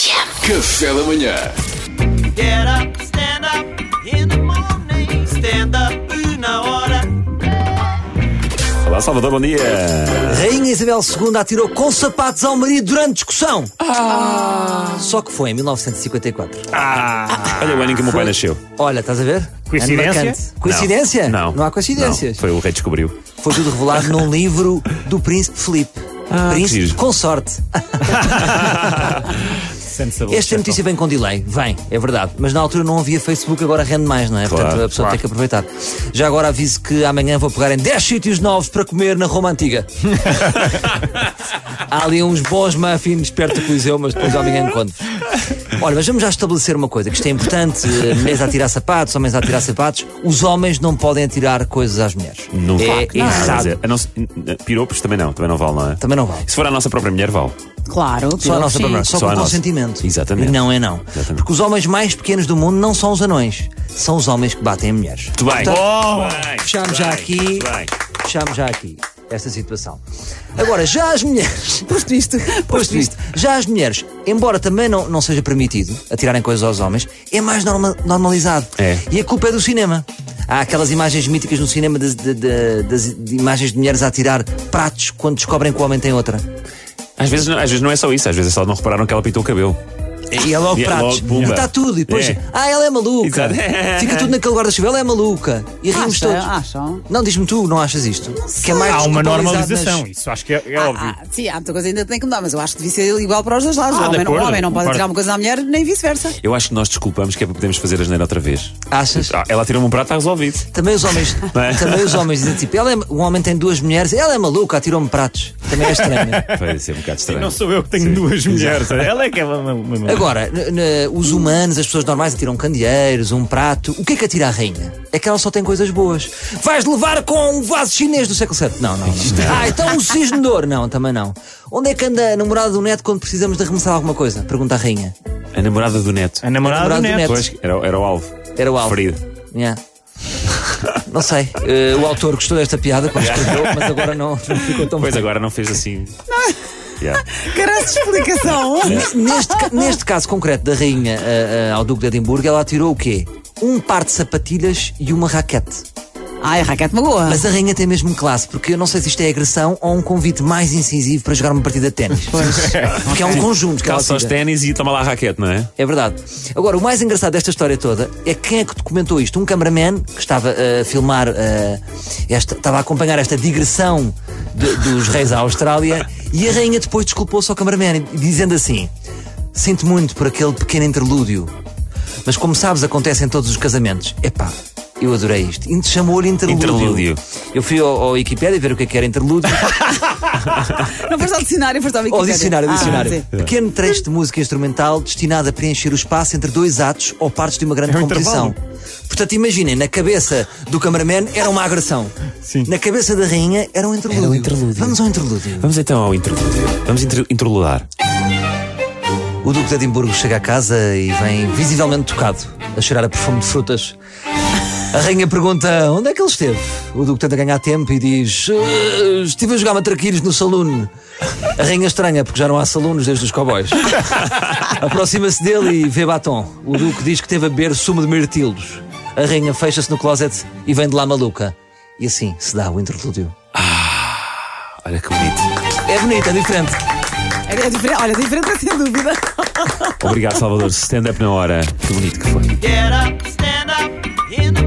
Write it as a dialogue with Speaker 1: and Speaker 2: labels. Speaker 1: Café da manhã.
Speaker 2: Get up, stand up in the morning. Stand up na hora.
Speaker 3: Olá, Salvador, bom dia.
Speaker 4: Rainha Isabel II atirou com sapatos ao marido durante discussão. Só que foi em 1954. Ah,
Speaker 3: Olha o ano em que o meu pai nasceu.
Speaker 4: Olha, estás a ver?
Speaker 5: Coincidência?
Speaker 4: Ano marcante. Coincidência?
Speaker 3: Não.
Speaker 4: Não há coincidências.
Speaker 3: Não, Foi o rei que descobriu.
Speaker 4: Foi tudo revelado num livro do Príncipe Filipe.
Speaker 3: Ah, que
Speaker 4: Príncipe
Speaker 3: giro.
Speaker 4: com sorte. Esta notícia vem com delay, vem, é verdade. Mas na altura não havia Facebook, agora rende mais, não é?
Speaker 3: Claro,
Speaker 4: Portanto a pessoa
Speaker 3: claro.
Speaker 4: tem que aproveitar. Já agora aviso que amanhã vou pegar em 10 sítios novos para comer na Roma Antiga. Há ali uns bons muffins perto do Coliseu, mas depois amanhã encontro. Olha, mas vamos já estabelecer uma coisa, que isto é importante: eh, mulheres a atirar sapatos, homens a atirar sapatos. Os homens não podem atirar coisas às mulheres.
Speaker 3: Não
Speaker 4: é
Speaker 3: vale. Nada a
Speaker 4: errado.
Speaker 3: dizer. A não ser- Piropos também não, também não vale, não é?
Speaker 4: Também não vale.
Speaker 3: Se for a nossa própria mulher, vale.
Speaker 6: Claro,
Speaker 4: Só a
Speaker 6: Pedro,
Speaker 4: nossa
Speaker 6: sim.
Speaker 4: palavra, só,
Speaker 3: Só a
Speaker 4: com
Speaker 3: nossa.
Speaker 4: consentimento.
Speaker 3: Exatamente.
Speaker 4: E não é não.
Speaker 3: Exatamente.
Speaker 4: Porque os homens mais pequenos do mundo não são os anões, são os homens que batem em mulheres.
Speaker 3: Muito bem.
Speaker 4: Portanto,
Speaker 3: Boa. Bem,
Speaker 4: Então, fechamos
Speaker 3: bem,
Speaker 4: já aqui.
Speaker 3: muito bem.
Speaker 4: Fechamos já aqui esta situação. Agora, já as mulheres. Posto isto. Posto isto. Já as mulheres, embora também não, não seja permitido atirarem coisas aos homens, é mais norma- normalizado.
Speaker 3: É.
Speaker 4: E a culpa é do cinema. Há aquelas imagens míticas no cinema das, de- de- das de imagens de mulheres a atirar pratos quando descobrem que o homem tem outra.
Speaker 3: Às vezes, não- às vezes não é só isso, às vezes é só não repararam que ela pintou o cabelo.
Speaker 4: E é logo
Speaker 3: E é
Speaker 4: pratos.
Speaker 3: logo, pumba.
Speaker 4: e está tudo. E depois,
Speaker 3: É.
Speaker 4: ah, ela é maluca.
Speaker 3: Exato.
Speaker 4: Fica tudo naquele guarda-chuva. Ela é maluca. E rimos
Speaker 6: Acha,
Speaker 4: todos.
Speaker 6: acham?
Speaker 4: Não, diz-me tu, não achas isto? que é mais
Speaker 5: Há uma
Speaker 4: desculpabilizado
Speaker 5: normalização,
Speaker 4: nas-
Speaker 5: isso acho que é, é
Speaker 6: Ah,
Speaker 5: óbvio.
Speaker 6: ah, sim, há muita coisa ainda que tem que mudar, mas eu acho que devia ser igual para os dois lados. o,
Speaker 5: Ah, de
Speaker 6: homem, não- o
Speaker 5: acordo,
Speaker 6: homem não pode
Speaker 5: concordo.
Speaker 6: tirar uma coisa à mulher, nem vice-versa.
Speaker 3: Eu acho que nós desculpamos que é para podermos fazer a geneira outra vez.
Speaker 4: Achas?
Speaker 3: Ah, Ela tirou-me um prato, está resolvido.
Speaker 4: Também os homens,
Speaker 3: é?
Speaker 4: também os homens dizem tipo, ela é, um homem tem duas mulheres, ela é maluca, atirou-me pratos. Também é estranho.
Speaker 3: Vai ser um bocado estranho.
Speaker 5: Não sou eu que tenho duas mulheres, ela é que é uma, uma- uma-
Speaker 4: Agora, n- n- os humanos, as pessoas normais atiram candeeiros, um prato. O que é que atira a rainha? É que ela só tem coisas boas. Vais levar com um vaso chinês do século VII? Não, não. não. Ah, então o cisne de ouro? Não, também não. Onde é que anda a namorada do neto quando precisamos de arremessar alguma coisa? Pergunta a rainha.
Speaker 3: A namorada do neto.
Speaker 5: A namorada,
Speaker 4: namorada É do
Speaker 5: do neto.
Speaker 4: neto.
Speaker 3: Pois, era, era o alvo.
Speaker 4: Era o alvo.
Speaker 3: Ferido.
Speaker 4: Yeah. Não sei. Eh, o autor gostou desta piada, quando escreveu, mas agora não, não ficou tão
Speaker 3: Pois agora não fez assim. Yeah.
Speaker 6: Carece de explicação.
Speaker 4: Neste, ca- neste caso concreto da rainha ah, ah, ao Duque de Edimburgo, ela atirou o quê? Um par de sapatilhas e uma raquete.
Speaker 6: Ai, raquete magoa.
Speaker 4: Mas a rainha tem mesmo classe, porque eu não sei se isto é agressão ou um convite mais incisivo para jogar uma partida de ténis. Porque é um conjunto que ela
Speaker 3: Calça aos
Speaker 4: atira.
Speaker 3: ténis e toma lá a raquete, não é?
Speaker 4: É verdade. Agora, o mais engraçado desta história toda é quem é que documentou isto? Um cameraman que estava eh, a filmar, eh, esta, estava a acompanhar esta digressão de- dos reis à Austrália e a rainha depois desculpou-se ao cameraman, dizendo assim: Sinto muito por aquele pequeno interlúdio, mas como sabes, acontece em todos os casamentos. Epá. Eu adorei isto. E Chamou-lhe interlúdio.
Speaker 3: Interlúdio.
Speaker 4: Eu fui ao, ao Wikipedia ver o que é que era interlúdio.
Speaker 6: Não foste ao dicionário, foste ao
Speaker 4: Ou
Speaker 6: Wikipedia.
Speaker 4: dicionário,
Speaker 6: Ah,
Speaker 4: dicionário.
Speaker 6: sim.
Speaker 4: Pequeno trecho de música instrumental destinado a preencher o espaço entre dois atos ou partes de uma grande
Speaker 5: É um
Speaker 4: composição. Portanto, imaginem, na cabeça do cameraman era uma agressão.
Speaker 5: Sim.
Speaker 4: Na cabeça da rainha era um interlúdio. Vamos ao interlúdio.
Speaker 3: Vamos então ao interlúdio. Vamos inter- interludar.
Speaker 4: O Duque de Edimburgo chega a casa e vem visivelmente tocado, a cheirar a perfume de frutas. A rainha pergunta onde é que ele esteve. O Duque tenta ganhar tempo e diz: "Eh, Estive a jogar matraquilhos no saloon. A rainha estranha, porque já não há salunos desde os cowboys. Aproxima-se dele e vê batom. O Duque diz que teve a beber sumo de mirtilos. A rainha fecha-se no closet e vem de lá maluca. E assim se dá o interlúdio.
Speaker 3: Olha que bonito.
Speaker 4: É bonito, é diferente.
Speaker 6: É, é diferente, olha, é diferente sem dúvida.
Speaker 3: Obrigado, Salvador. Stand up na hora. Que bonito que foi.
Speaker 2: Get up, stand up in the